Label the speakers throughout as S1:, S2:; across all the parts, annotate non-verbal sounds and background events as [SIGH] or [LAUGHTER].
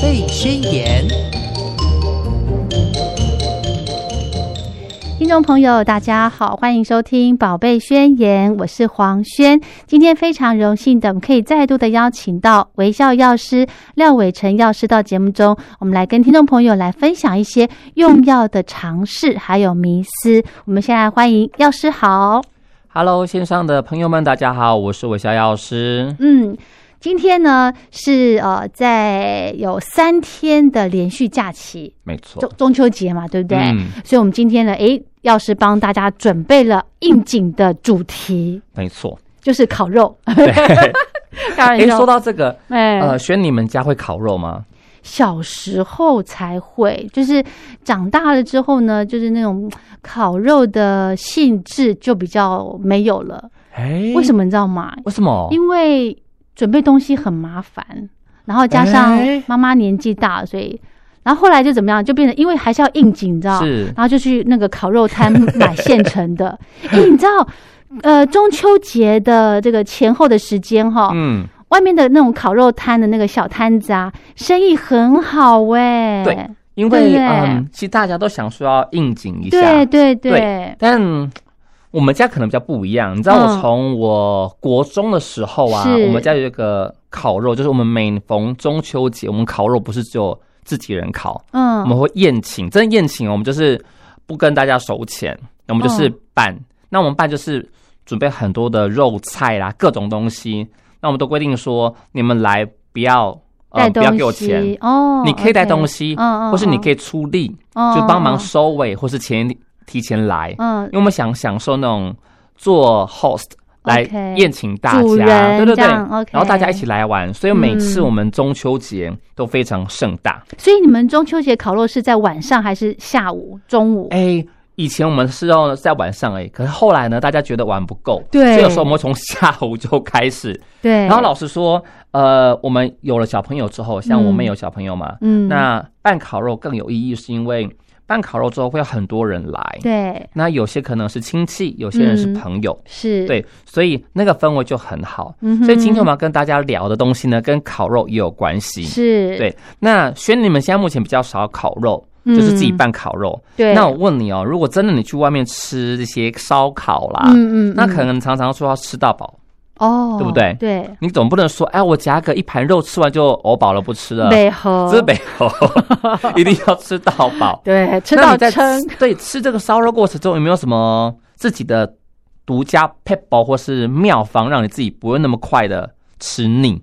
S1: 费宣言》。
S2: 听众朋友，大家好，欢迎收听《宝贝宣言》，我是黄轩。今天非常荣幸的，我们可以再度的邀请到微笑药师廖伟成药师到节目中，我们来跟听众朋友来分享一些用药的常识还有迷思。我们先来欢迎药师好，
S3: Hello，线上的朋友们，大家好，我是韦小药师。
S2: 嗯。今天呢是呃，在有三天的连续假期，
S3: 没
S2: 中
S3: 错，
S2: 中秋节嘛，对不对？
S3: 嗯
S2: 所以，我们今天呢，诶，药师帮大家准备了应景的主题，
S3: 没错。
S2: 就是烤肉。
S3: [LAUGHS] 对，
S2: [LAUGHS] 当然
S3: 哎，说
S2: 要，
S3: 到这个，
S2: 哎、
S3: 呃，轩，你们家会烤肉吗？
S2: 小时候才会，就是长大了之后呢，就是那种烤肉的性质就比较没有了。
S3: 哎
S2: 为什
S3: 么？
S2: 么你知道吗？
S3: 为什么？
S2: 因为准备东西很麻烦，然后加上
S3: 哎
S2: 妈妈年纪大，所以，然后后来就怎么样，就变成因为还是要应景，你知道，
S3: 是
S2: 然后就去那个烤肉摊买现成的。哎、你知道，呃，中秋节的这个前后的时间哈、
S3: 嗯，
S2: 外面的那种烤肉摊的那个小摊子啊，生意很好哎、
S3: 对
S2: 对
S3: 因
S2: 不
S3: 为
S2: 对
S3: 嗯，其实大家都想说要应景一
S2: 对
S3: 下，
S2: 对对
S3: 对，但我们家可能比较不一样。你知道，
S2: 嗯
S3: 我从我国中的时候啊，
S2: 是
S3: 我们家有一个烤肉，就是我们每逢中秋节，我们烤肉不是只有自己人烤，我
S2: 嗯
S3: 们会宴请，真的宴请，我们就是不跟大家收钱，我们就是
S2: 嗯
S3: 办。那我们办就是准备很多的肉菜啦，各种东西。那我们都规定说，你们来不要
S2: 带
S3: 呃不要
S2: 东
S3: 给我
S2: 西
S3: 钱，
S2: 哦，
S3: 你可以带东
S2: 西，
S3: 西，
S2: 嗯
S3: 或是你可
S2: 以
S3: 以出力，就帮忙收尾，或是前提前来，
S2: 嗯
S3: 因为我们想享受那种做 host 来
S2: OK
S3: 宴请大
S2: 主人
S3: 家，对
S2: 这
S3: 对对，
S2: 样
S3: 然
S2: OK
S3: 后大家一起来玩，所以每次
S2: 嗯
S3: 我们中秋节都非常盛大。
S2: 所以你们中秋节烤肉是在晚上还是下午、中午？
S3: 哎、以前我们是要在晚上哎、可是后来呢，大家觉得玩不够，
S2: 对
S3: 所以有时候我们会从下午就开始。
S2: 对，
S3: 然后老实说，呃，我们有了小朋友之后，像我妹有小朋友嘛，
S2: 嗯，
S3: 那办烤肉更有意义，是因为办烤肉之后会有很多人来，
S2: 对嗯
S3: 那有些可能是亲戚，有些人是朋友，
S2: 是，，
S3: 对，所以那个氛围就很好。
S2: 嗯哼
S3: 所以今天我们要跟大家聊的东西呢，跟烤肉也有关系。
S2: 是，
S3: 对，那轩，你们现在目前比较少烤肉，
S2: 嗯
S3: 就是自己办烤肉。
S2: 对，
S3: 那我问你哦，如果真的你去外面吃这些烧烤啦，
S2: 嗯嗯，
S3: 那
S2: 嗯
S3: 可能常常说要吃到饱，
S2: 哦，
S3: 对不对
S2: 对，
S3: 你总不能说，哎，我夹个一盘肉吃完就哦饱了不吃了，
S2: 背后
S3: 这是北猴，
S2: [LAUGHS]
S3: 一定要吃到饱。
S2: 对 [LAUGHS] 吃
S3: 那
S2: 到
S3: 你在
S2: 撑
S3: 吃，对吃这个烧肉过程中有没有什么自己的独家 p e b b l 或是妙方，让你自己不会那么快的吃腻？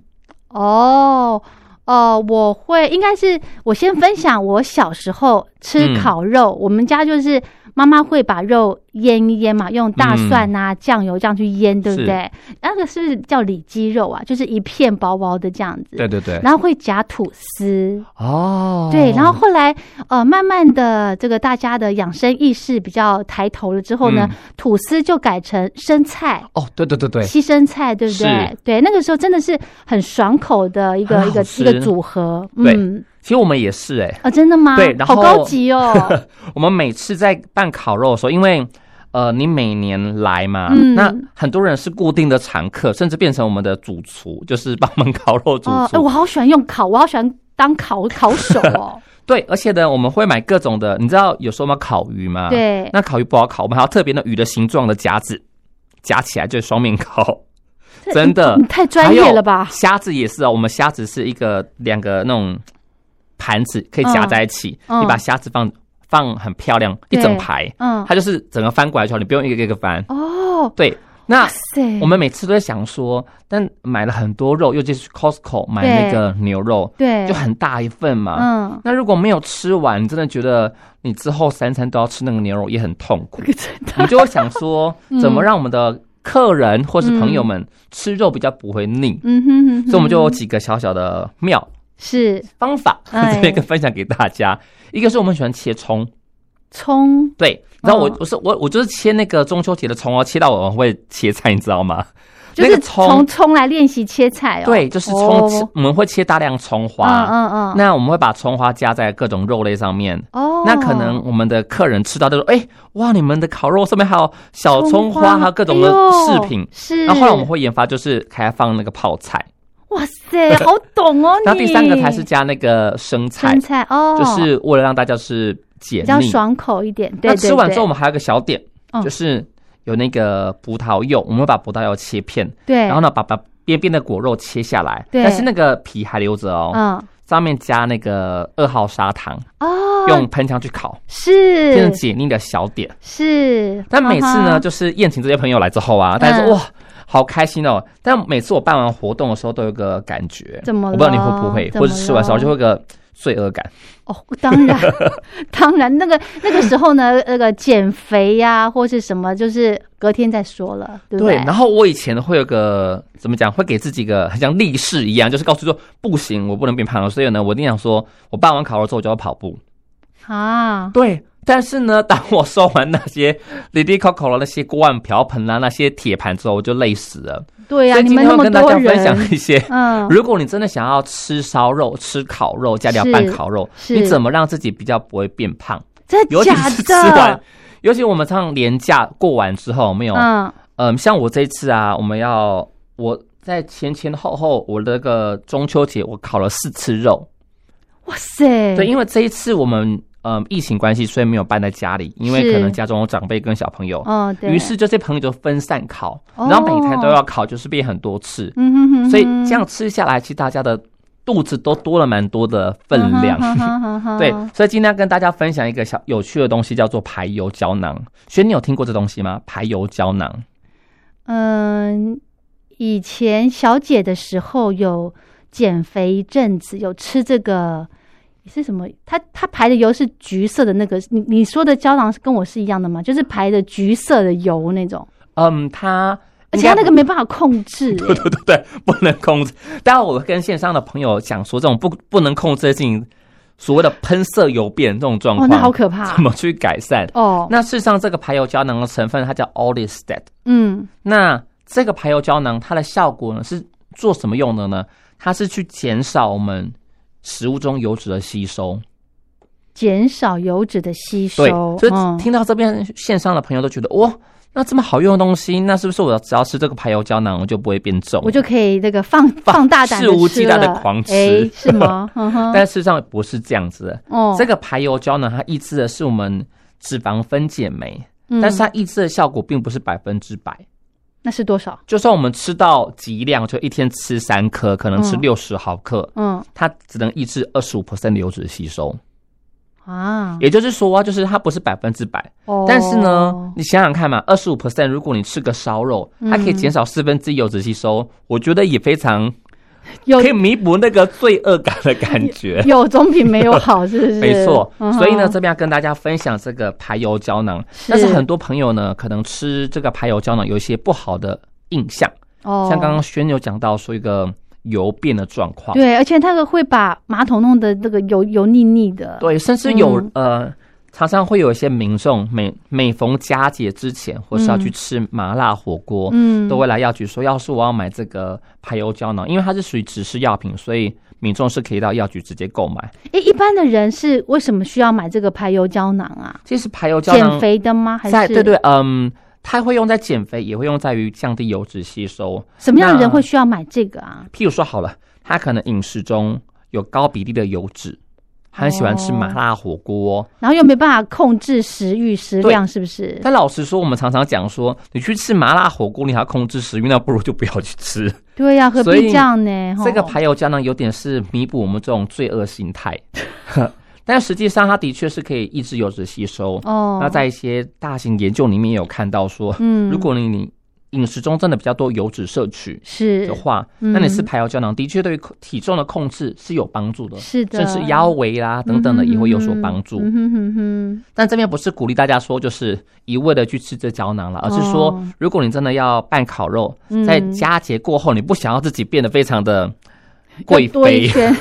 S2: 哦。哦，我会应该是我先分享我小时候吃
S3: 嗯
S2: 烤肉，我们家就是妈妈会把肉腌一腌嘛，用大
S3: 嗯
S2: 蒜啊、酱油这样去腌，对不
S3: 是
S2: 对？那个是不是叫里脊肉啊？就是一片薄薄的这样子，
S3: 对对，
S2: 然后会夹吐司，
S3: 哦，
S2: 对，然后后来呃，慢慢的这个大家的养生意识比较抬头了之后呢，
S3: 嗯
S2: 吐司就改成生菜。
S3: 哦，对对对对，
S2: 西生菜对不对
S3: 是？
S2: 对，那个时候真的是很爽口的一个
S3: 很
S2: 一个
S3: 好
S2: 一个
S3: 吃
S2: 组合，
S3: 对
S2: 嗯，
S3: 其实我们也是哎、
S2: 啊，真的吗？
S3: 对然
S2: 好
S3: 后
S2: 高级
S3: [LAUGHS]
S2: 哦，
S3: 我们每次在办烤肉的时候，因为呃，你每年来嘛，
S2: 嗯
S3: 那很多人是固定的常客，甚至变成我们的主厨，就是帮忙烤肉主
S2: 哦，
S3: 厨。
S2: 哎，我好喜欢用烤，我好喜欢当烤烤手哦，
S3: 对，而且呢，我们会买各种的，你知道有时候我们要烤鱼嘛，，
S2: 对，
S3: [LAUGHS] 那烤鱼不好烤，我们还要特别的鱼的形状的夹子夹起来就是双面烤，
S2: 这
S3: 真的
S2: 你你太专业了吧
S3: 还有？虾子也是哦，我们虾子是一个两个那种盘子可以夹在一起，
S2: 嗯嗯
S3: 你把虾子放放很漂亮一
S2: 对
S3: 整排，
S2: 嗯，
S3: 它就是整个翻过来就好，你不用一个一个翻。
S2: 哦，
S3: 对，那
S2: 哇塞，
S3: 啊我们每次都在想说，但买了很多肉，尤其是 Costco 买那个牛肉，
S2: 对
S3: 就，很啊大一份嘛。
S2: 嗯，
S3: 那如果没有吃完，你真的觉得你之后三餐都要吃那个牛肉也很痛苦。
S2: [LAUGHS] 真嗯
S3: 我们就会想
S2: [LAUGHS]
S3: 说，怎么让我们的客人或是朋友们吃肉比较不会腻？
S2: 嗯哼哼哼，
S3: 所以我们就有几个小小的妙
S2: 是
S3: 方法，
S2: 哎
S3: [LAUGHS] 这边跟分享给大家。一个是我们喜欢切葱，
S2: 葱，
S3: 对，然后我
S2: 嗯
S3: 我是我我就是切那个中秋节的葱哦，切到我会切菜，你知道吗？
S2: 就
S3: 那
S2: 是
S3: 个葱
S2: 从葱来练习切菜哦。
S3: 对，就是葱，切
S2: 哦
S3: 我们会切大量葱
S2: 嗯
S3: 花，
S2: 嗯嗯，
S3: 那我们会把葱花加在各种肉类上面。
S2: 哦，
S3: 那可能我们的客人吃到就说：“哎、哇，你们的烤肉上面还有小哦葱花，还有各种的
S2: 哎呦
S3: 饰品。
S2: 是。
S3: 然后后来我们会研发，就是开放那个泡菜，
S2: 哇塞，好懂哦！
S3: [LAUGHS] 然后第三个才是加那个生菜
S2: 生，菜哦，
S3: 就是为了让大家是解
S2: 比较
S3: 腻。
S2: 爽口一点。对
S3: 那
S2: 对
S3: 吃完
S2: 对
S3: 之后，我们还有一个小点
S2: 嗯，
S3: 就是有那个葡萄柚，我们会把葡萄柚切片，
S2: 对，
S3: 然后呢，把把边边的果肉切下来，
S2: 哎对
S3: 但是那个皮还留着哦。
S2: 嗯
S3: 上面加那个二号砂糖，
S2: 哦，
S3: 用喷枪去烤，变成
S2: 是
S3: 解腻的小点。
S2: 是，
S3: 但每次
S2: 啊
S3: 呢，
S2: 哈
S3: 就是宴请这些朋友来之后啊，大家
S2: 嗯
S3: 说哇，好开心哦。但每次我办完活动的时候，都有个感觉，
S2: 怎么
S3: 我不知道你会不会
S2: 了，
S3: 或者吃完
S2: 怎
S3: 烧
S2: 么
S3: 就会有个罪恶感。
S2: 哦，当
S3: [LAUGHS]
S2: 然当然，那个那个时候呢， [LAUGHS] 那个减肥呀、或是什么，就是隔天再说了，对不
S3: 对，然后我以前会有个怎么讲，会给自己一个很像立誓一样，就是告诉说不行，我不能变胖了。所以呢，我一定想说，我办完烤肉之后我就要跑步。
S2: 啊，
S3: 对，但是呢，当我收完那些 Lady Coco 的那些锅碗瓢盆啊啦、那些铁盘之后，我就累死了。
S2: 对呀、
S3: 所以
S2: 你
S3: 今
S2: 们那
S3: 天要
S2: 么
S3: 跟大
S2: 多
S3: 家
S2: 人，
S3: 分享
S2: [LAUGHS]
S3: 一些
S2: 嗯，
S3: [LAUGHS] 如果你真的想要吃烧肉、吃烤肉，加点拌烤肉，
S2: 是
S3: 你怎么让自己比较不会变胖？
S2: 真
S3: 尤
S2: 的
S3: 其
S2: 假
S3: 是吃完
S2: 的？，
S3: 尤其我们像年假过完之后，有没有，嗯、
S2: 嗯，
S3: 像我这一次啊，我们要我在前前后后，我的那个中秋节我烤了四次肉，
S2: 哇塞，
S3: 对，因为这一次我们嗯疫情关系，所以没有办在家里，因为
S2: 是
S3: 可能家中有长辈跟小朋友，
S2: 哦，对，
S3: 于是这些朋友就分散烤，
S2: 哦
S3: 然后每台都要烤，就是变很多次，
S2: 嗯哼哼哼，
S3: 所以这样吃下来，其实大家的肚子都多了蛮多的分量。
S2: 嗯哼哼哼哼
S3: [LAUGHS] 对，所以今天要跟大家分享一个小有趣的东西，叫做排油胶囊。学你有听过这东西吗？排油胶囊，
S2: 嗯，以前小姐的时候有减肥一阵子，有吃这个是什么？它它排的油是橘色的那个，你你说的胶囊是跟我是一样的吗？就是排的橘色的油那种，
S3: 嗯，它
S2: 而且它那个
S3: 应
S2: 没办法控制、欸
S3: 该不对对不能控制。但我跟线上的朋友讲说，这种不不能控制的事情，所谓的喷射油变这种状
S2: 哦，
S3: 况，
S2: 那好可怕
S3: 怎么去改善？
S2: 哦。
S3: 那事实上，这个排油胶囊的成分它叫 Olistat，
S2: 嗯，
S3: 那这个排油胶囊它的效果呢是做什么用的呢？它是去减少我们食物中油脂的吸收。
S2: 减少油脂的吸
S3: 对，
S2: 收，
S3: 所以
S2: 嗯
S3: 听到这边线上的朋友都觉得，哇，那这么好用的东西，那是不是我只要吃这个排油胶囊，我就不会变重？
S2: 我就可以那个放
S3: 放
S2: 放大胆地
S3: 肆无
S2: 吃
S3: 忌惮地
S2: 了
S3: 狂吃
S2: 哎，是吗？嗯哼，
S3: 但事实上不是这样子的。
S2: 哦，
S3: 这个排油胶囊它抑制的是我们脂肪分解酶，
S2: 嗯
S3: 但是它抑制的效果并不是百分之百。
S2: 那是多少？
S3: 就算我们吃到极量，就一天吃三颗，可能吃
S2: 嗯
S3: 六十毫克，
S2: 嗯
S3: 它只能抑制二十五的油脂吸收。
S2: 啊，
S3: 也就是说啊，就是它不是百分之百，
S2: 哦
S3: 但是呢，你想想看嘛，二十五 percent，如果你吃个烧肉，
S2: 嗯
S3: 它可以减少四分之一油脂吸收，我觉得也非常
S2: 有
S3: 可以弥补那个罪恶感的感觉。
S2: 有总比没有好，是不是？
S3: [LAUGHS] 没错，
S2: 嗯哼
S3: 所以呢，这边要跟大家分享这个排油胶囊。
S2: 是
S3: 但是很多朋友呢，可能吃这个排油胶囊有一些不好的印象，
S2: 哦，
S3: 像刚刚轩有讲到说一个油变的状况，
S2: 对，而且那个会把马桶弄得那个油油腻腻的，
S3: 对，甚至有、
S2: 嗯
S3: 呃，常常会有一些民众每每逢佳节之前，或是要去吃麻辣火锅，
S2: 嗯，
S3: 都会来药局说，要是我要买这个排油胶囊，因为它是属于指示药品，所以民众是可以到药局直接购买。
S2: 诶，一般的人是为什么需要买这个排油胶囊啊？
S3: 其实排油胶
S2: 减
S3: 囊
S2: 肥的吗？还
S3: 在
S2: 是
S3: 对对，嗯，它会用在减肥，也会用在于降低油脂吸收。
S2: 什么样的
S3: 那
S2: 人会需要买这个啊？
S3: 譬如说好了，他可能饮食中有高比例的油脂，他很喜欢吃麻辣火锅。
S2: 然后又没办法控制食欲食量，是不是？
S3: 但老实说，我们常常讲说，你去吃麻辣火锅，你还要控制食欲，那不如就不要去吃。
S2: 对呀、何
S3: 所
S2: 必
S3: 以
S2: 这样呢？
S3: 这个
S2: 吼
S3: 排油胶囊有点是弥补我们这种罪恶心态， [LAUGHS] 但实际上它的确是可以抑制油脂吸收。
S2: 哦，
S3: 那在一些大型研究里面也有看到说，
S2: 嗯，
S3: 如果你你饮食中真的比较多油脂摄取
S2: 是
S3: 的话，
S2: 嗯
S3: 那你吃排油胶囊的确对于体重的控制是有帮助的。
S2: 是的，
S3: 甚至腰围啦等等的也会有所帮助，
S2: 嗯哼哼哼，
S3: 但这边不是鼓励大家说就是一味的去吃这胶囊了，而是说
S2: 哦
S3: 如果你真的要办烤肉，
S2: 嗯
S3: 在佳节过后，你不想要自己变得非常的贵
S2: 又多一
S3: 妃，
S2: 圈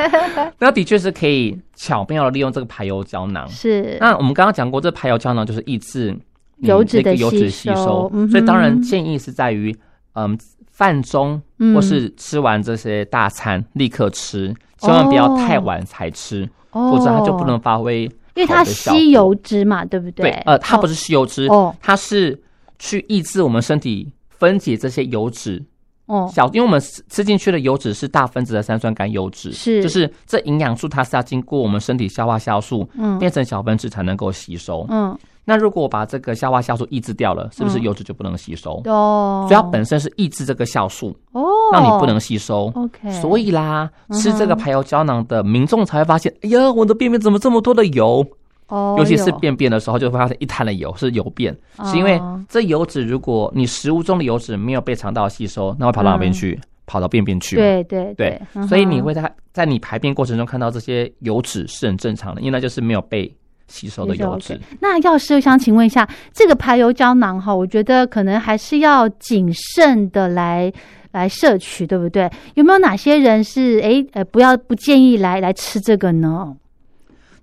S3: [LAUGHS] 那的确是可以巧妙的利用这个排油胶囊。 [LAUGHS]
S2: 是
S3: 那我们刚刚讲过，这排油胶囊就是抑制你
S2: 油脂
S3: 那
S2: 的
S3: 个油脂
S2: 吸
S3: 吸
S2: 收
S3: 收
S2: 嗯，哼
S3: 所以当然建议是在于，嗯，饭中
S2: 嗯
S3: 或是吃完这些大餐立刻吃，千万不要太晚才吃，
S2: 哦
S3: 否则它就不能发挥。
S2: 因为它
S3: 好的效果
S2: 吸油脂嘛，对不
S3: 对
S2: 哦对？，哦
S3: 呃，它不
S2: 是
S3: 是吸油脂
S2: 哦，
S3: 它是去抑制我们身体分解这些油脂
S2: 哦，
S3: 小，因为我们吃吃进去的油脂是大分子的三酸甘油脂，
S2: 是
S3: 就是这营养素它是要经过我们身体消化酵素
S2: 嗯
S3: 变成小分子才能够吸收。
S2: 嗯
S3: 那如果我把这个消化酵素抑制掉了，是不是
S2: 嗯
S3: 油脂就不能吸收？
S2: 哦，
S3: 所以它本身是抑制这个酵素，
S2: 哦，
S3: 让你不能吸收。
S2: OK，
S3: 所以啦，
S2: 嗯哼
S3: 吃这个排油胶囊的民众才会发现，哎呀，我的便便怎么这么多的油？
S2: 哦，
S3: 尤其是
S2: 有
S3: 便便的时候，就会发现一滩的油是油便，是因为
S2: 哦
S3: 这油脂如果你食物中的油脂没有被肠道吸收，那会跑到哪边去？跑到便便去。
S2: 嗯对对
S3: 对
S2: 嗯哼
S3: 所以你会在在你排便过程中看到这些油脂是很正常的，因为那就是没有被吸收的
S2: 接受
S3: 油
S2: OK
S3: 脂。
S2: 那药师，我想请问一下，这个排油胶囊哈，我觉得可能还是要谨慎的来来摄取，对不对？有没有哪些人是诶呃不要不建议来来吃这个呢？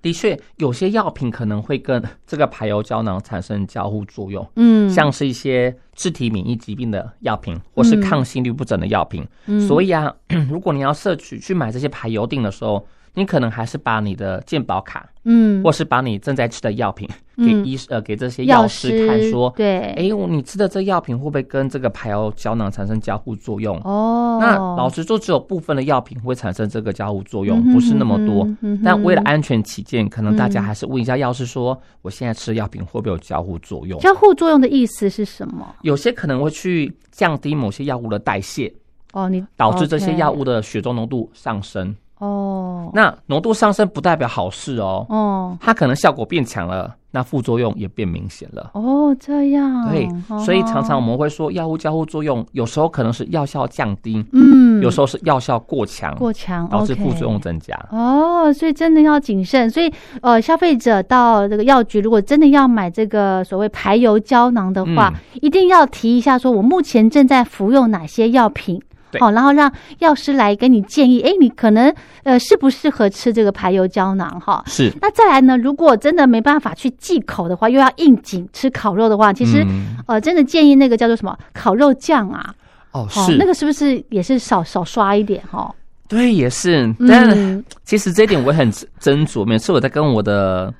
S3: 的确，有些药品可能会跟这个排油胶囊产生交互作用，
S2: 嗯，
S3: 像是一些自体免疫疾病的药品，或是抗心律不整的药品。
S2: 嗯
S3: 所以啊， [CLEARS THROAT] 如果你要摄取去买这些排油定的时候，你可能还是把你的健保卡，
S2: 嗯
S3: 或是把你正在吃的药品给
S2: 嗯
S3: 医、呃给这些药师看说，
S2: 对，
S3: 哎、我你吃的这药品会不会跟这个排油胶囊产生交互作用？
S2: 哦，
S3: 那老实说，只有部分的药品会产生这个交互作用，
S2: 嗯哼
S3: 不是那么多。
S2: 嗯哼
S3: 但为了安全起见，可能大家
S2: 嗯
S3: 还是问一下药师说，我现在吃的药品会不会有交互作用？
S2: 交互作用的意思是什么？
S3: 有些可能会去降低某些药物的代谢，
S2: 哦，你
S3: 导致这些
S2: OK
S3: 药物的血中浓度上升。
S2: 哦，
S3: 那浓度上升不代表好事哦，
S2: 哦
S3: 它可能效果变强了，那副作用也变明显了。
S2: 哦这样，
S3: 对
S2: 哦，
S3: 所以常常我们会说药物交互作用，有时候可能是药效降低，
S2: 嗯，
S3: 有时候是药效过强，
S2: 过强
S3: 导致
S2: OK
S3: 副作用增加。
S2: 哦，所以真的要谨慎。所以，呃，消费者到这个药局，如果真的要买这个所谓排油胶囊的话，
S3: 嗯
S2: 一定要提一下，说我目前正在服用哪些药品，
S3: 对
S2: 好、然后让药师来给你建议。诶，你可能呃适不适合吃这个排油胶囊？哈，
S3: 是，
S2: 那再来呢，如果真的没办法去忌口的话，又要应景吃烤肉的话，其实、
S3: 嗯
S2: 呃，真的建议那个叫做什么烤肉酱啊，
S3: 哦，
S2: 哦
S3: 是，
S2: 那个是不是也是少少刷一点哈？
S3: 对，也是，但
S2: 嗯，
S3: 其实这一点我也很斟酌。每次我在跟我的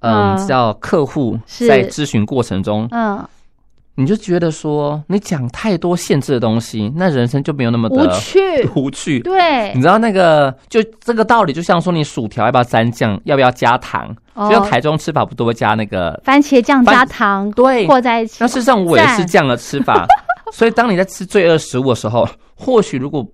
S3: 嗯
S2: 嗯
S3: 叫客户
S2: 是
S3: 在咨询过程中，
S2: 嗯，
S3: 你就觉得说你讲太多限制的东西，那人生就没有那么
S2: 无
S3: 的
S2: 趣。
S3: 无趣。
S2: 对
S3: 你，知道那个就这个道理，就像说你薯条要不要沾酱，要不要加糖？就像
S2: 哦
S3: 台中吃法不都会加那个
S2: 番茄酱
S3: 番
S2: 加糖
S3: 对。
S2: 和在一起
S3: 那。事实上我也是
S2: 赞
S3: 这样的吃法，所以当你在吃罪恶食物的时候，或许如果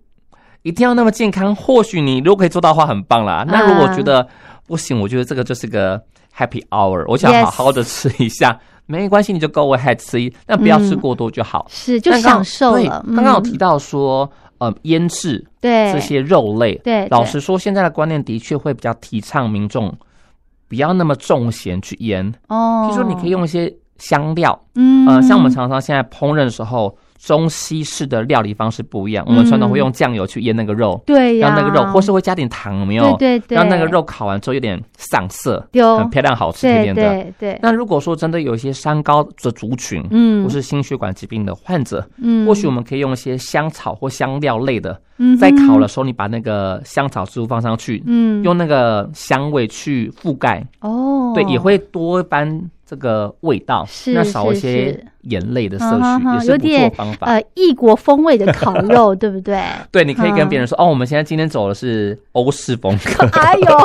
S3: 一定要那么健康，或许你如果可以做到的话，很棒啦。
S2: 嗯
S3: 那如果觉得不行，我觉得这个就是个 happy hour，我想
S2: Yes
S3: 好好的吃一下，没关系，你就 go ahead 吃一，但不要
S2: 嗯
S3: 吃过多就好。
S2: 是就
S3: 但刚
S2: 享受了。
S3: 对，刚刚有
S2: 嗯
S3: 提到说，呃，腌制
S2: 对
S3: 这些肉类，
S2: 对
S3: 老
S2: 对
S3: 实说，现在的观念的确会比较提倡民众不要那么重咸去腌，
S2: 哦，
S3: 就说你可以用一些香料，
S2: 嗯
S3: 呃，像我们常常现在烹饪的时候，中西式的料理方式不一样，我们传统会用酱油去腌那个肉，
S2: 嗯对呀，
S3: 让那个肉，或是会加点糖，有没有？
S2: 对对对，
S3: 让那个肉烤完之后有点上色，
S2: 丢
S3: 很漂亮好吃一
S2: 对
S3: 点的。
S2: 对对，
S3: 那如果说真的有一些三高的族群，
S2: 嗯
S3: 或是心血管疾病的患者，
S2: 嗯
S3: 或许我们可以用一些香草或香料类的，
S2: 嗯
S3: 在烤
S2: 哼
S3: 的时候，你把那个香草植物放上去，
S2: 嗯
S3: 用那个香味去覆盖，
S2: 哦
S3: 对，也会多一番这个味道，
S2: 是
S3: 那少一
S2: 是
S3: 些
S2: 是
S3: 眼泪的摄
S2: 啊哈
S3: 取，
S2: 哈
S3: 也是
S2: 有
S3: 不错
S2: 点
S3: 的方法。
S2: 呃异国风味的烤
S3: [LAUGHS]
S2: 肉，对不对？
S3: 对，你可以跟
S2: 嗯
S3: 别人说、哦，我们现在今天走的是欧式风格，
S2: 哎呦，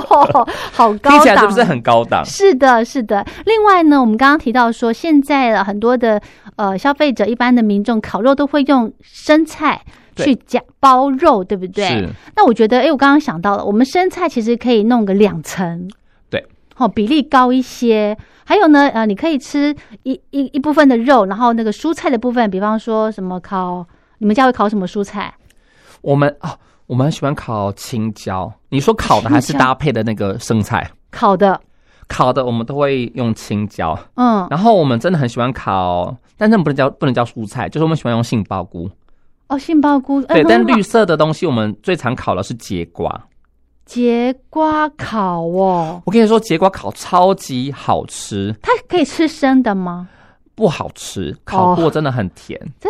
S2: 好高档，
S3: 听起来是不是很高档？
S2: 是的，是的。另外呢，我们刚刚提到说，现在呃很多的呃消费者，一般的民众烤肉都会用生菜
S3: 对
S2: 去夹包肉，对不对？
S3: 是，
S2: 那我觉得，诶，我刚刚想到了，我们生菜其实可以弄个两层，
S3: 对，
S2: 哦，比例高一些。还有呢，呃，你可以吃一一一部分的肉，然后那个蔬菜的部分，比方说什么烤，你们家会烤什么蔬菜？
S3: 我们啊、我们很喜欢烤青椒。你说烤的还是
S2: 青椒
S3: 搭配的那个生菜？
S2: 烤的，
S3: 烤的我们都会用青椒，
S2: 嗯，
S3: 然后我们真的很喜欢烤，但那不能叫不能叫蔬菜，就是我们喜欢用杏鲍菇。
S2: 哦，杏鲍菇，
S3: 对，
S2: 嗯
S3: 但
S2: 很好
S3: 绿色的东西我们最常烤的是节瓜。
S2: 节瓜烤哦，
S3: 我跟你说，节瓜烤超级好吃，
S2: 它可以吃生的吗？
S3: 不好吃，烤过真的很甜。
S2: 哦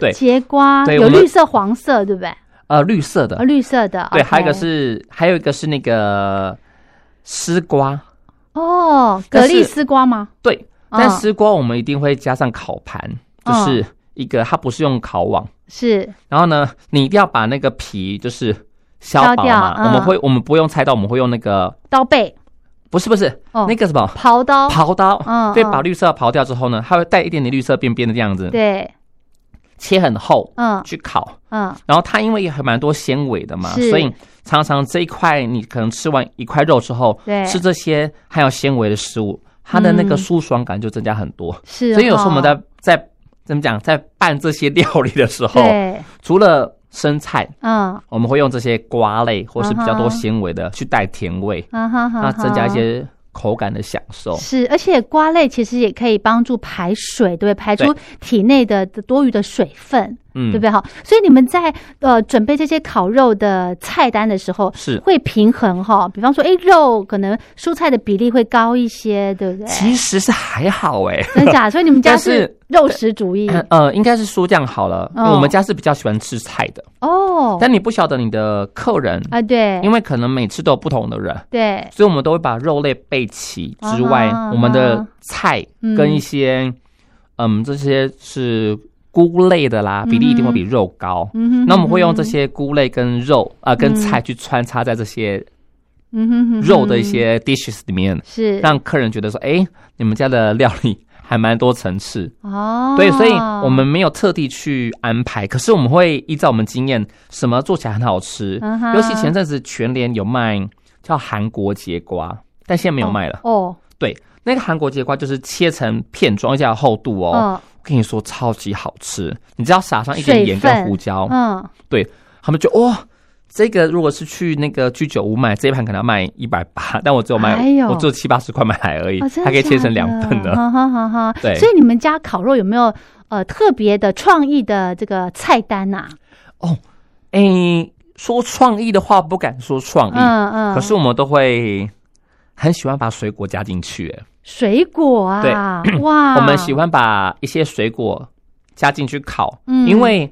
S3: 对
S2: 节瓜
S3: 对
S2: 有
S3: 我们
S2: 绿色、黄色，对不对？
S3: 呃，绿色
S2: 哦，
S3: 的，
S2: 绿色的。
S3: 对，
S2: OK
S3: 还有一个是还有一个是那个丝瓜，
S2: 哦，
S3: 但
S2: 蛤
S3: 是
S2: 蜊丝瓜吗？
S3: 对，
S2: 嗯
S3: 但丝瓜我们一定会加上烤盘，就
S2: 嗯
S3: 是一个它不是用烤网，
S2: 是
S3: 然后呢，你一定要把那个皮就是削薄
S2: 削掉
S3: 嘛。
S2: 嗯
S3: 我们会，我们不用菜刀，我们会用那个
S2: 刀背
S3: 不是不是、
S2: 哦，
S3: 那个什么
S2: 刨刀，
S3: 刨刀，
S2: 嗯
S3: 对，
S2: 嗯
S3: 把绿色刨掉之后呢，它会带一点点绿色边边的这样子，
S2: 对，
S3: 切很厚
S2: 嗯
S3: 去烤。
S2: 嗯，
S3: 然后它因为也还蛮多纤维的嘛，
S2: 是
S3: 所以常常这一块你可能吃完一块肉之后，
S2: 对，
S3: 吃这些含有纤维的食物，它的那个
S2: 嗯
S3: 舒爽感就增加很多。
S2: 是哦，
S3: 所以有时候我们在在怎么讲，在拌这些料理的时候，
S2: 对，
S3: 除了生菜，
S2: 嗯
S3: 我们会用这些瓜类或是比较
S2: 嗯
S3: 多
S2: 哼
S3: 纤维的去带甜味，
S2: 嗯哈哈，
S3: 那增加一
S2: 哈
S3: 些哦口感的享受。
S2: 是，而且瓜类其实也可以帮助排水，对不对？排出体内的多余的水分，
S3: 嗯，
S2: 对不对？好，所以你们在呃准备这些烤肉的菜单的时候，
S3: 是。
S2: 会平衡哈、比方说，哎，肉可能蔬菜的比例会高一些，对不对？
S3: 其实是还好哎、
S2: 真
S3: [LAUGHS]
S2: 假？所以你们家
S3: 但是
S2: 是肉食主义
S3: 呃，应该是说这样好了。因为
S2: 嗯哦
S3: 我们家是比较喜欢吃菜的，
S2: 哦？
S3: 但你不晓得你的客人，
S2: 啊，对，
S3: 因为可能每次都有不同的人，
S2: 对，
S3: 所以我们都会把肉类备齐之外，
S2: 啊哈
S3: 我们的菜
S2: 嗯
S3: 跟一些嗯这些是菇类的啦，比例一定会比肉高。
S2: 嗯哼
S3: 那我们会用这
S2: 哼
S3: 些菇类跟肉啊、呃跟
S2: 嗯
S3: 菜去穿插在这些
S2: 嗯哼哼
S3: 肉的一
S2: 哼
S3: 些 dishes 里面，
S2: 是
S3: 让客人觉得说，哎、你们家的料理还蛮多层次。
S2: 哦，
S3: 对，所以我们没有特地去安排，可是我们会依照我们经验，什么做起来很好吃。
S2: 嗯哼
S3: 尤其前阵子全联有卖叫韩国节瓜，但现在没有卖了。
S2: 哦
S3: 那个韩国节瓜就是切成片状，而且要厚度哦。
S2: 哦
S3: 我跟你说，超级好吃，你只要撒上一点
S2: 水
S3: 盐
S2: 分
S3: 跟
S2: [LAUGHS]
S3: 胡椒，
S2: 嗯
S3: 他们就哇、这个如果是去那个居酒屋买，这一盘可能要卖一百八，但我只有卖，
S2: 哎呦
S3: 我只有七八十块买来而已，
S2: 哦，真
S3: 还
S2: 的
S3: 可以切成
S2: 假
S3: 两份的。
S2: 哈哈哈哈。
S3: [LAUGHS] 对
S2: 所以你们家烤肉有没有呃特别的创意的这个菜单啊呐、
S3: 哎、说创意的话不敢说创意，
S2: 嗯嗯，
S3: 可是我们都会很喜欢把水果加进去、哎
S2: 水果啊，哇，
S3: [CLEARS THROAT] 我们喜欢把一些水果加进去烤，
S2: 嗯
S3: 因为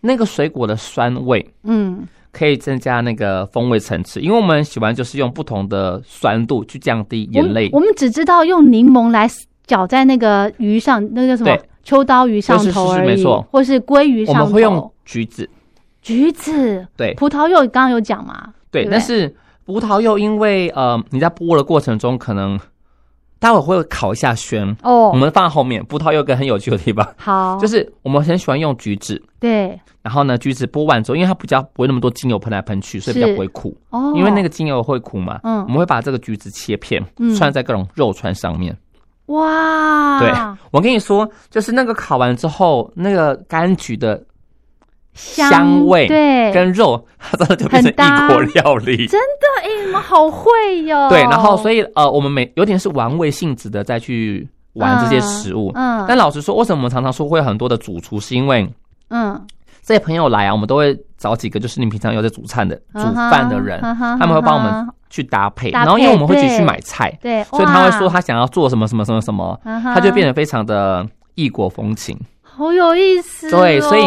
S3: 那个水果的酸味。
S2: 嗯
S3: 可以增加那个风味层次，因为我们喜欢就是用不同的酸度去降低
S2: 我
S3: 眼
S2: 们
S3: 泪，
S2: 我们只知道用柠檬来搅在那个鱼上，那个叫什么
S3: 对？
S2: 秋刀鱼上
S3: 是是
S2: 头
S3: 是
S2: 而已，
S3: 没错
S2: 或是鲑鱼
S3: 我
S2: 上头。
S3: 们会用橘子，
S2: 橘子，
S3: 对
S2: 葡萄柚，刚刚有讲嘛？
S3: 对，
S2: 对
S3: 但是葡萄柚因为呃你在剥的过程中可能待会会烤一下宣，我
S2: 哦，
S3: 们放在后面。葡萄柚个很有趣的地方
S2: 好，
S3: 嗯就是我们很喜欢用橘子，
S2: 对
S3: 然后呢橘子剥完之后，因为它比较不会那么多精油喷来喷去，所以比较
S2: 是
S3: 不会苦，
S2: 哦，
S3: 因为那个精油会苦嘛。我
S2: 嗯
S3: 们会把这个橘子切片
S2: 嗯，
S3: 穿在各种肉串上面。
S2: 哇，
S3: 对我跟你说，就是那个烤完之后，那个柑橘的
S2: 香
S3: 香味
S2: 对，
S3: 跟肉，它真的就变成
S2: 很搭
S3: 异国料理。
S2: 哎、你们好会哟、
S3: 对，然后所以呃，我们每有点是玩味性质的再去玩这些食物。
S2: 嗯
S3: 但老实说，为什么我们常常说会有很多的主厨，是因为
S2: 嗯，
S3: 这些朋友来啊，我们都会找几个就是你平常有在煮菜的、煮
S2: 嗯哼
S3: 饭的人，
S2: 嗯哼
S3: 他们会帮我
S2: 嗯
S3: 们
S2: 哼
S3: 去搭配。
S2: 搭配
S3: 然后因为我们会一起去
S2: 对
S3: 买菜，
S2: 对，
S3: 所以他会说
S2: 哇，
S3: 他想要做什么什么什么什么，
S2: 他
S3: 他就变得非常的异国风情。
S2: 好有意思、哦。哦
S3: 对所以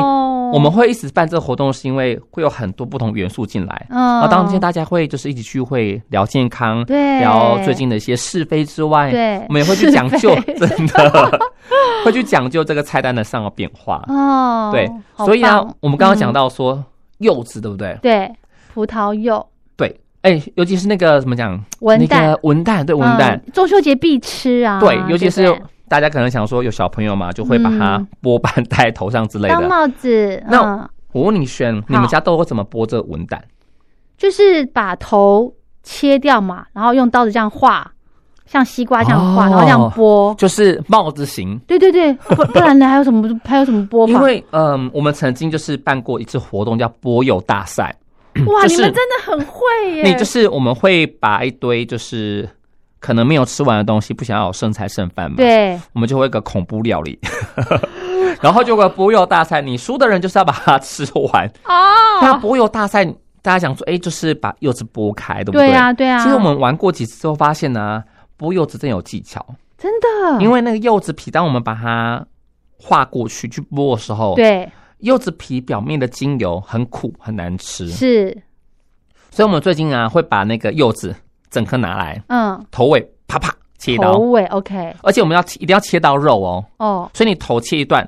S3: 我们会一直办这个活动，是因为会有很多不同元素进来。
S2: 嗯，
S3: 然后啊当天大家会就是一起聚会聊健康，
S2: 对
S3: 聊最近的一些是非之外，
S2: 对
S3: 我们也会去讲究
S2: [LAUGHS] 是，非
S3: 真的 [LAUGHS] 会去讲究这个菜单的上的变化。
S2: 哦，
S3: 对，
S2: 好
S3: 所以呢
S2: 棒，
S3: 我们刚刚讲
S2: 嗯
S3: 到说柚子，对不对？
S2: 对葡萄柚、
S3: 对，哎，尤其是那个怎么讲，
S2: 文
S3: 那
S2: 旦、
S3: 个文旦，对文旦，
S2: 嗯中秋节必吃啊，
S3: 对，尤其
S2: 对
S3: 是
S2: 不对
S3: 大家可能想说有小朋友嘛，就会把它
S2: 嗯
S3: 剥瓣戴头上之类
S2: 当 [LAUGHS]
S3: 的。
S2: 帽子，
S3: 那
S2: 嗯、
S3: 我问你，轩，你们家都会怎么剥这个文旦？
S2: 就是把头切掉嘛，然后用刀子这样划，像西瓜这样划，
S3: 哦
S2: 然后这样剥。
S3: 就是帽子型，
S2: 对对对，不
S3: [LAUGHS]
S2: 不然呢？还有什么还有什么剥法？
S3: 因为嗯，我们曾经就是办过一次活动叫播友大赛，
S2: 哇，
S3: 就是
S2: 你们真的很会耶！
S3: 那就是我们会把一堆就是可能没有吃完的东西，不想要有剩菜剩饭嘛，
S2: 对，
S3: 我们就会有一个恐怖料理。 [LAUGHS] 然后就个播友大赛，你输的人就是要把它吃完。那
S2: 哦，
S3: 播友大赛，大家想说，哎，就是把柚子剥开，对不
S2: 对啊，对啊，
S3: 其实我们玩过几次之后发现呢、剥柚子真有技巧，
S2: 真的，
S3: 因
S2: 为
S3: 为那个柚子皮，当我们把它划过去去剥的时候，
S2: 对
S3: 柚子皮表面的精油很苦，很难吃，
S2: 是，
S3: 所以我们最近啊会把那个柚子整颗拿来，
S2: 嗯，
S3: 头尾啪啪切一
S2: 头
S3: 刀，
S2: 尾 OK，
S3: 而且我们要切一定要切到肉哦，
S2: 哦，
S3: 所以你头切一段，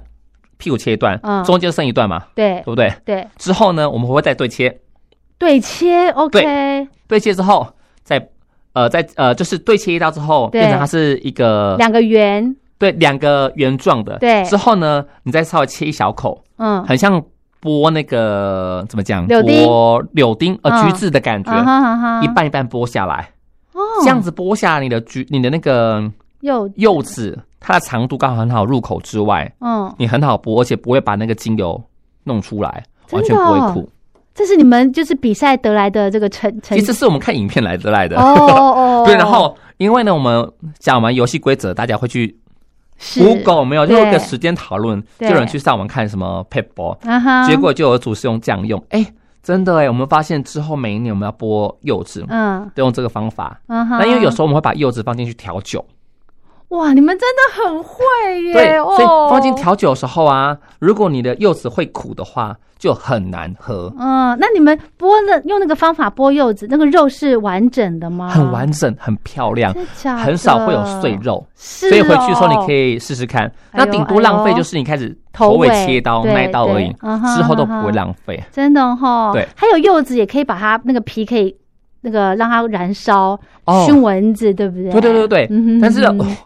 S3: 屁股切一段，
S2: 嗯
S3: 中间剩一段嘛，
S2: 对
S3: 对不对？
S2: 对
S3: 之后呢，我们会再对切，
S2: 对切，OK，
S3: 对切之后再呃再呃就是对切一刀之后，
S2: 对
S3: 变成它是一个
S2: 两个圆，
S3: 对两个圆状的，
S2: 对
S3: 之后呢，你再稍微切一小口，
S2: 嗯，
S3: 很像剥那个怎么讲？
S2: 柳丁
S3: 剥柳丁呃
S2: 嗯
S3: 橘子的感觉，
S2: 啊哈啊哈，
S3: 一半一半剥下来，
S2: 哦
S3: 这样子剥下来你的橘你的那个
S2: 又
S3: 柚子，它的长度刚好很好入口之外，
S2: 嗯，
S3: 你很好剥，而且不会把那个精油弄出来，
S2: 真
S3: 完
S2: 的
S3: 全
S2: 哦
S3: 不会苦。
S2: 这是你们就是比赛得来的这个成成
S3: 其实是我们看影片来得来的。
S2: 哦哦哦，
S3: [LAUGHS] 对，然后因为呢，我们讲完游戏规则，大家会去
S2: 是
S3: Google 没有，就
S2: 对
S3: 有一个时间讨论，就
S2: 对
S3: 有人去上网看什么 p a p b a l l
S2: 啊哈，
S3: 结果就有组是用这样用，哎，真的哎，我们发现之后每一年我们要剥柚子，
S2: 嗯
S3: 都用这个方法。
S2: 嗯哈，
S3: 那因为有时候我们会把柚子放进去调酒，
S2: 哇，你们真的很会耶！
S3: 对，所以
S2: 哦
S3: 放进调酒的时候啊，如果你的柚子会苦的话，就很难喝，
S2: 嗯，那你们剥的用那个方法剥柚子，那个肉是完整的吗？
S3: 很完整，很漂亮，
S2: 啊真的假的，
S3: 很少会有碎，肉。
S2: 是、哦。
S3: 所以回去的时候你可以试试看。
S2: 哎呦哎
S3: 那顶多浪费就是你开始头尾切刀
S2: 对
S3: 那一刀而已
S2: 对，嗯哼
S3: 之后都不会浪费。
S2: 真的哈、哦。
S3: 对，
S2: 还有柚子也可以把它那个皮可以那个让它燃烧，
S3: 哦
S2: 熏蚊子，对不对？
S3: 对对对对
S2: 嗯哼
S3: 但是、
S2: 嗯哼
S3: 哦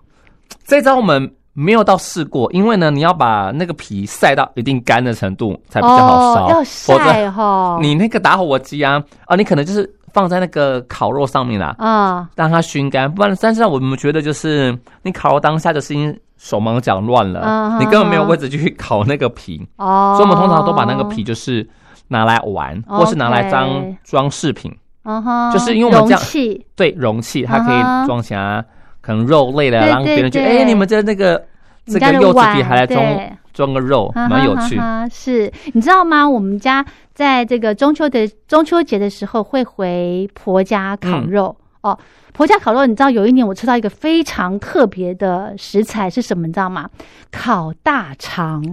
S3: 这招我们没有到试过，因为呢，你要把那个皮晒到一定干的程度才比较好
S2: 哦、要
S3: 烧，否则
S2: 晒哈。
S3: 你那个打火机啊啊，你可能就是放在那个烤肉上面啦、
S2: 啊、
S3: 让它熏干，不然但是我们觉得就是你烤肉当下就是已经手忙脚乱了，
S2: 嗯
S3: 你根本没有
S2: 嗯
S3: 位置去烤那个皮。
S2: 哦，
S3: 所以我们通常都把那个皮就是拿来玩，或是拿来当
S2: OK
S3: 装饰品。
S2: 嗯哼，
S3: 就是因为我们
S2: 容
S3: 这样
S2: 器
S3: 对，容器它
S2: 啊
S3: 可
S2: 哈
S3: 以装起来，可能肉类的，
S2: 对
S3: 让别人觉得
S2: 对
S3: 哎、
S2: 对
S3: 你们这那个
S2: 你
S3: 这
S2: 家
S3: 个
S2: 的
S3: 柚子皮
S2: 碗
S3: 还来装
S2: 对啊
S3: 装个肉，
S2: 哈哈
S3: 蛮有趣
S2: 哈。哈是，你知道吗？我们家在这个中秋的中秋节的时候会回婆家烤
S3: 嗯
S2: 肉、哦。婆家烤肉，你知道有一年我吃到一个非常特别的食材是什么？你知道吗？烤大肠。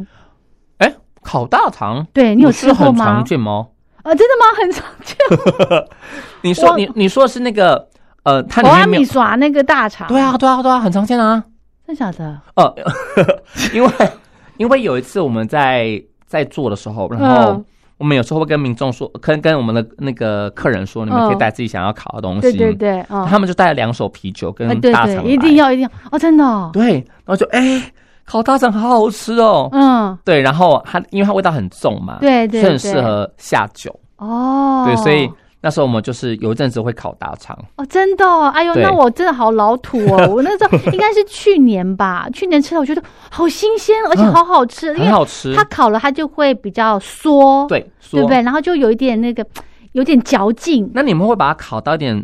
S3: 哎、烤大肠，
S2: 对你有
S3: 我是
S2: 吃过
S3: 很
S2: 吗
S3: 常？见吗？
S2: 呃，真的吗？很常见。
S3: 你
S2: 我
S3: 说你你说的是那个呃，它里
S2: 我阿
S3: 面没
S2: 米
S3: 有？
S2: 耍那个大肠，
S3: 对，啊，对啊，对啊，很常见
S2: [LAUGHS]
S3: 啊。
S2: 真晓得。
S3: 呃，因为因为有一次我们在在做的时候，然后
S2: 嗯
S3: 我们有时候会跟民众说，跟跟我们的那个客人说，你们可以带自己想要烤的东西。
S2: 嗯对对对，嗯，
S3: 他们就带了两手啤酒跟
S2: 呃对
S3: 大肠来、
S2: 对，一定要一定要哦，真的哦，
S3: 对，然后就哎、烤大肠好好吃哦。
S2: 嗯，
S3: 对，然后它因为它味道很重嘛，
S2: 对对
S3: 所以很
S2: 对
S3: 适合下酒。
S2: 哦，
S3: 对，所以那时候我们就是有一阵子会烤大肠。
S2: 哦，真的、哦，哎呦，
S3: 对
S2: 那我真的好老土
S3: [LAUGHS]
S2: 哦！我那时候应该是去年吧，去年吃的，我觉得好新鲜，而且
S3: 嗯
S2: 好好吃，因
S3: 很
S2: 为
S3: 好吃
S2: 它。烤了，它就会比较缩，
S3: 对，
S2: 对
S3: 说
S2: 不对？然后就有一点那个，有点嚼劲，
S3: 那你们会把它烤到一点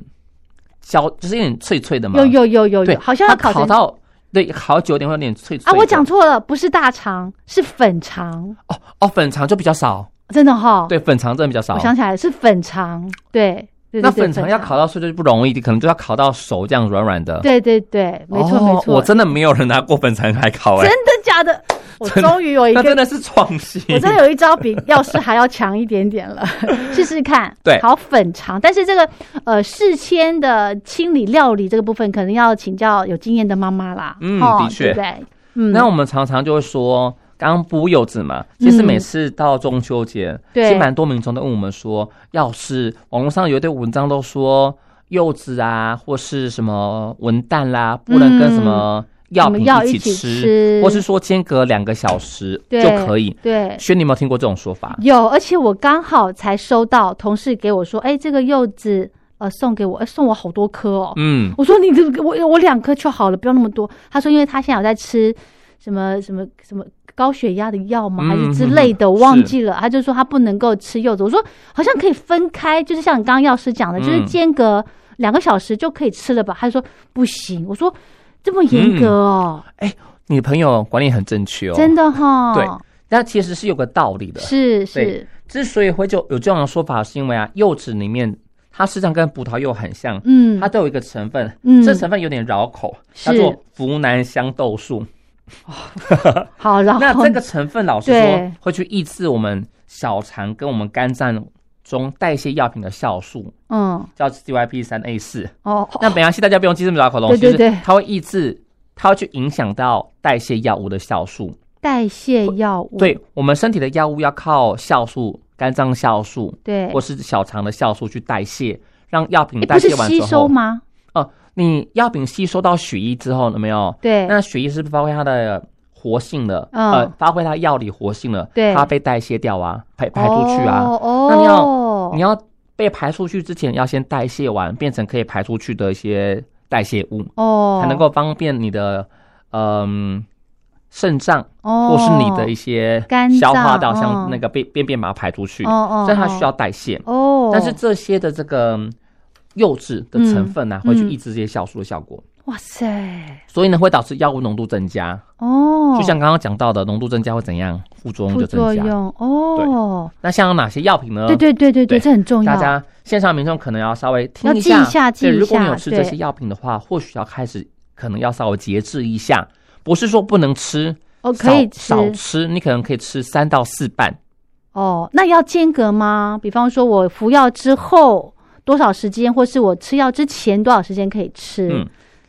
S3: 焦，就是有点脆脆的吗？
S2: 有有有有
S3: 嗯对
S2: 有，，好像要
S3: 它
S2: 烤成
S3: 到对烤九点会有点脆
S2: 啊，
S3: 脆的。
S2: 我讲错了，不是大肠，是粉肠，
S3: 哦哦，粉肠就比较少，
S2: 真的哈、，
S3: 对，粉肠真的比较少
S2: 哦我。想起来了是粉肠，对，对
S3: 那
S2: 对对
S3: 粉肠要烤到脆脆就不容易，可能就要烤到熟这样软软的。
S2: 对对对，没错、
S3: 哦
S2: 没错，
S3: 我真的没有人拿过粉肠
S2: [LAUGHS]
S3: 来烤哎、
S2: 真的假的？我
S3: 真的
S2: 终于有一
S3: 那
S2: 个
S3: 真的是创新。
S2: 哎
S3: [LAUGHS]
S2: 我真的有一招比药师还要强一点点了，试试看。
S3: 对
S2: 好粉肠，但是这个呃事先的清理料理这个部分，可能要请教有经验的妈妈啦。
S3: 嗯
S2: 哦
S3: 的确
S2: 对不对，嗯，
S3: 那我们常常就会说，刚刚剥柚子嘛，其实
S2: 嗯
S3: 每次到中秋节，
S2: 对
S3: 其实蛮多民众都问我们说，要是网络上有一堆文章都说柚子啊，或是什么文旦啦，不能跟什么药品
S2: 嗯药
S3: 起
S2: 一起吃
S3: 或是说间隔两个小时
S2: 对
S3: 就可以。
S2: 对。
S3: 轩，你有没有听过这种说法？
S2: 有，而且我刚好才收到同事给我说，哎，这个柚子呃送给我，哎送我好多颗哦。
S3: 嗯，
S2: 我说你这个我我两颗就好了，不要那么多。他说，因为他现在有在吃什么什么什么高血压的药吗，
S3: 嗯
S2: 还是之类的，我忘
S3: 是
S2: 记了。他就说他不能够吃柚子。我说好像可以分开，就是像你刚刚药师讲的，就是
S3: 嗯
S2: 间隔两个小时就可以吃了吧？他说不行。我说这么严
S3: 嗯
S2: 格哦，
S3: 你的朋友观念很正确哦，
S2: 真的哈、
S3: 对那其实是有个道理的。
S2: 是是
S3: 对，之所以会就有这样的说法，是因为啊，柚子里面它实际上跟葡萄柚很像，
S2: 嗯
S3: 它，都有一个成分，
S2: 嗯
S3: 这成分有点绕口，
S2: 是
S3: 叫做呋喃香豆素。
S2: 好，然
S3: 那
S2: 后
S3: 这个成分，老实
S2: 哦对
S3: 说，会去抑制我们小肠跟我们肝脏中代谢药品的酵素，
S2: 嗯
S3: 叫 CYP 三 A 四。
S2: 哦，
S3: 那没关系，大家不用记这么绕口的东西，
S2: 对对
S3: 就是
S2: 对
S3: 它会抑制，它会去影响到代谢药物的酵素，
S2: 代谢药物，
S3: 对我们身体的药物要靠酵素、肝脏酵素
S2: 对，
S3: 或是小肠的酵素去代谢，让药品
S2: 诶
S3: 代
S2: 哎不是
S3: 谢完
S2: 吸
S3: 之
S2: 收
S3: 后，
S2: 吗？
S3: 你药品吸收到血液之后，有没有？
S2: 对，
S3: 那血液是不是发挥它的活性了，
S2: 嗯
S3: 呃，发挥它药理活性了，
S2: 对
S3: 它被代谢掉啊，排排出去啊。
S2: 哦哦，
S3: 那你要你要被排出去之前，要先代谢完，变成可以排出去的一些代谢物，
S2: 哦，
S3: 才能够方便你的嗯肾脏
S2: 哦，
S3: 或是你的一些
S2: 肝
S3: 消化道，
S2: 脏
S3: 像
S2: 嗯
S3: 那个便便便把它排出去，
S2: 哦哦，
S3: 所以它
S2: 哦
S3: 需要代谢。
S2: 哦，
S3: 但是这些的这个嗯幼稚的成分呢、
S2: 嗯
S3: 会去
S2: 嗯
S3: 抑制这些酵素的效果，
S2: 哇塞，
S3: 所以呢会导致药物浓度增加。
S2: 哦，
S3: 就像刚刚讲到的，浓度增加会怎样？副作用
S2: 副
S3: 就
S2: 作
S3: 增加。
S2: 用哦，
S3: 那像有哪些药品呢？
S2: 对对对对对，
S3: 对
S2: 这很重要，
S3: 大家线上民众可能要稍微听
S2: 要记一下记
S3: 对，
S2: 一
S3: 如果你有
S2: 下
S3: 吃这些
S2: 对
S3: 药品的话，或许要开始可能要稍微节制一下，不是说不能吃，
S2: 哦可以吃
S3: 少少吃，你可能可以吃三到四瓣。
S2: 哦，那要间隔吗？比方说我服药之后多少时间，或是我吃药之前多少时间可以吃？
S3: 嗯，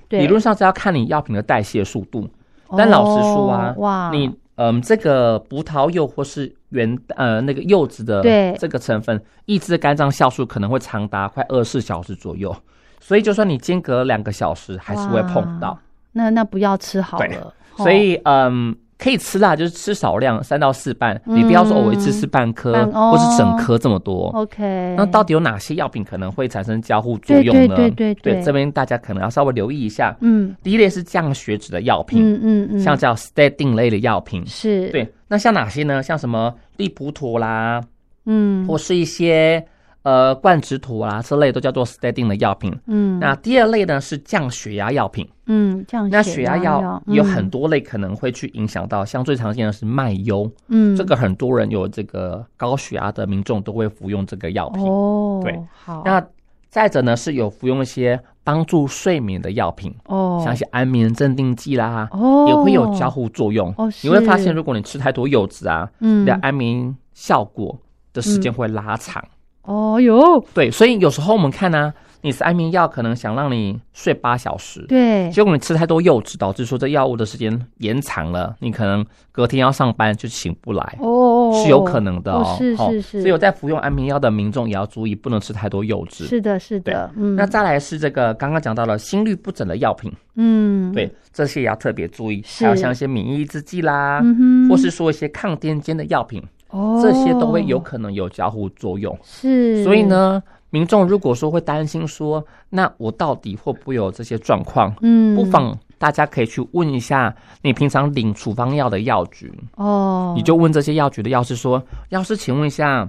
S2: 对，
S3: 理论上是要看你药品的代谢速度。
S2: 哦，
S3: 但老实说啊
S2: 哇，
S3: 你嗯，这个葡萄柚或是原呃那个柚子的
S2: 对
S3: 这个成分，抑制肝脏酵素可能会长达快二十四小时左右，所以就算你间隔两个小时，还是会碰到
S2: 哇。那那不要吃好
S3: 对
S2: 了，哦
S3: 所以嗯，可以吃啦，就是吃少量，三到四瓣，你不要说哦我一次吃半颗
S2: 嗯半哦
S3: 或是整颗这么多。
S2: OK，
S3: 那到底有哪些药品可能会产生交互作
S2: 对
S3: 用呢？
S2: 对对对对
S3: 这边大家可能要稍微留意一下。
S2: 嗯
S3: 第一类是降血脂的药品，
S2: 嗯嗯嗯，
S3: 像叫 statin 类的药品，
S2: 是，，
S3: 对，那像哪些呢？像什么利普妥啦，
S2: 嗯
S3: 或是一些呃冠植妥啦之类，都叫做 statin 的药品。
S2: 嗯
S3: 那第二类呢是降血压药品，
S2: 嗯这样，
S3: 那血压药
S2: 药嗯
S3: 有很，多类可能会去影响到，像最常见的是麦优，
S2: 嗯嗯
S3: 这个很多人有这个高血压的民众都会服用这个药品。
S2: 哦，
S3: 对，
S2: 好，
S3: 那再者呢是有服用一些帮助睡眠的药品，
S2: 哦，
S3: 像一些安眠镇定剂啦，
S2: 哦
S3: 也会有交，互作用。
S2: 哦，
S3: 你会发现，
S2: 是
S3: 如果你吃太多柚子啊，你
S2: 嗯
S3: 的安眠效果的时间会拉长。
S2: 哦哟，
S3: 对，所以有时候我们看呢、你是安眠药，可能想让你睡八小时，
S2: 对，
S3: 结果你吃太多柚子，导致说这药物的时间延长了，你可能隔天要上班就醒不来。
S2: 哦，
S3: 是有可能的哦，
S2: 是
S3: 吼
S2: 是是，
S3: 所以有在服用安眠药的民众也要注意，不能吃太多柚子。
S2: 是的，是的，嗯，
S3: 那再来是这个刚刚讲到了心律不整的药品，
S2: 嗯，，
S3: 对这些也要特别注意。
S2: 是
S3: 还有像一些免疫抑制剂啦，
S2: 嗯哼，
S3: 或是说一些抗癫痫的药品，
S2: 哦，
S3: 这些都会有可能有交互作用。
S2: 是，
S3: 所以，呢，民众如果说会担心说，那我到底会不会有这些状况？
S2: 嗯，
S3: 不妨大家可以去问一下你平常领处方药的药局，
S2: 哦，
S3: 你就问这些药局的药师说：“药师，请问一下，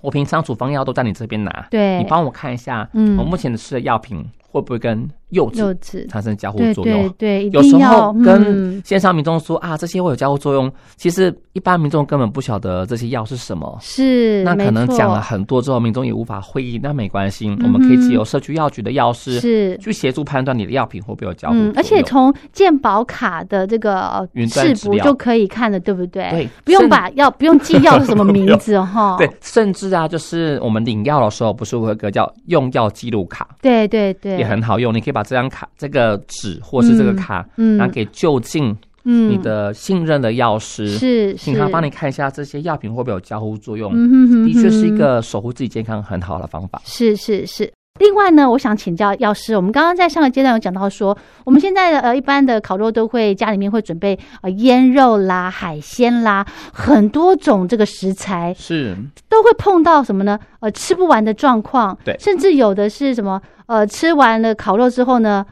S3: 我平常处方药都在你这边拿，
S2: 对，
S3: 你帮我看一下，
S2: 嗯
S3: 我目前吃的药品会不会跟柚
S2: 柚
S3: 子
S2: 子，
S3: 产生交互
S2: 对
S3: 作
S2: 对
S3: 用？”
S2: 对，一
S3: 有时
S2: 定要
S3: 候跟
S2: 嗯
S3: 线上民众说啊，这些会有交互作用，其实一般民众根本不晓得这些药是什么，
S2: 是，
S3: 那可
S2: 嗯没
S3: 能
S2: 错嗯
S3: 讲了很多之后，民众也无法会意，那没关系，
S2: 哼
S3: 我们可以借由社区药局的药师
S2: 是。
S3: 去协助判断你的药品会不会有交互作用、
S2: 嗯，而且从健保卡的这个呃
S3: 云端
S2: 视
S3: 资
S2: 谱
S3: 料
S2: 就可以看了，对不对？
S3: 对
S2: 不用
S3: 甚
S2: 把药不用记药是什么名字
S3: [LAUGHS]
S2: 哦哈。
S3: 对，甚至啊，就是我们领药的时候，不是会有个叫用药记录卡，
S2: 对对对，
S3: 也很好用。你可以把这张卡、这个纸或是这个卡，
S2: 嗯
S3: 拿给就近
S2: 嗯
S3: 你的信任的药师，
S2: 是是，
S3: 请他帮你看一下这些药品会不会有交互作用。
S2: 嗯哼哼，
S3: 的确是一
S2: 哼
S3: 个守护自己健康很好的方法。
S2: 是是是。另外呢，我想请教药师，我们刚刚在上个阶段有讲到说，我们现在的呃一般的烤肉都会家里面会准备呃腌肉啦、海鲜啦，很多种这个食材
S3: 是，
S2: 都会碰到什么呢？呃，吃不完的状况，
S3: 对
S2: 甚至有的是什么呃吃完了烤肉之后呢，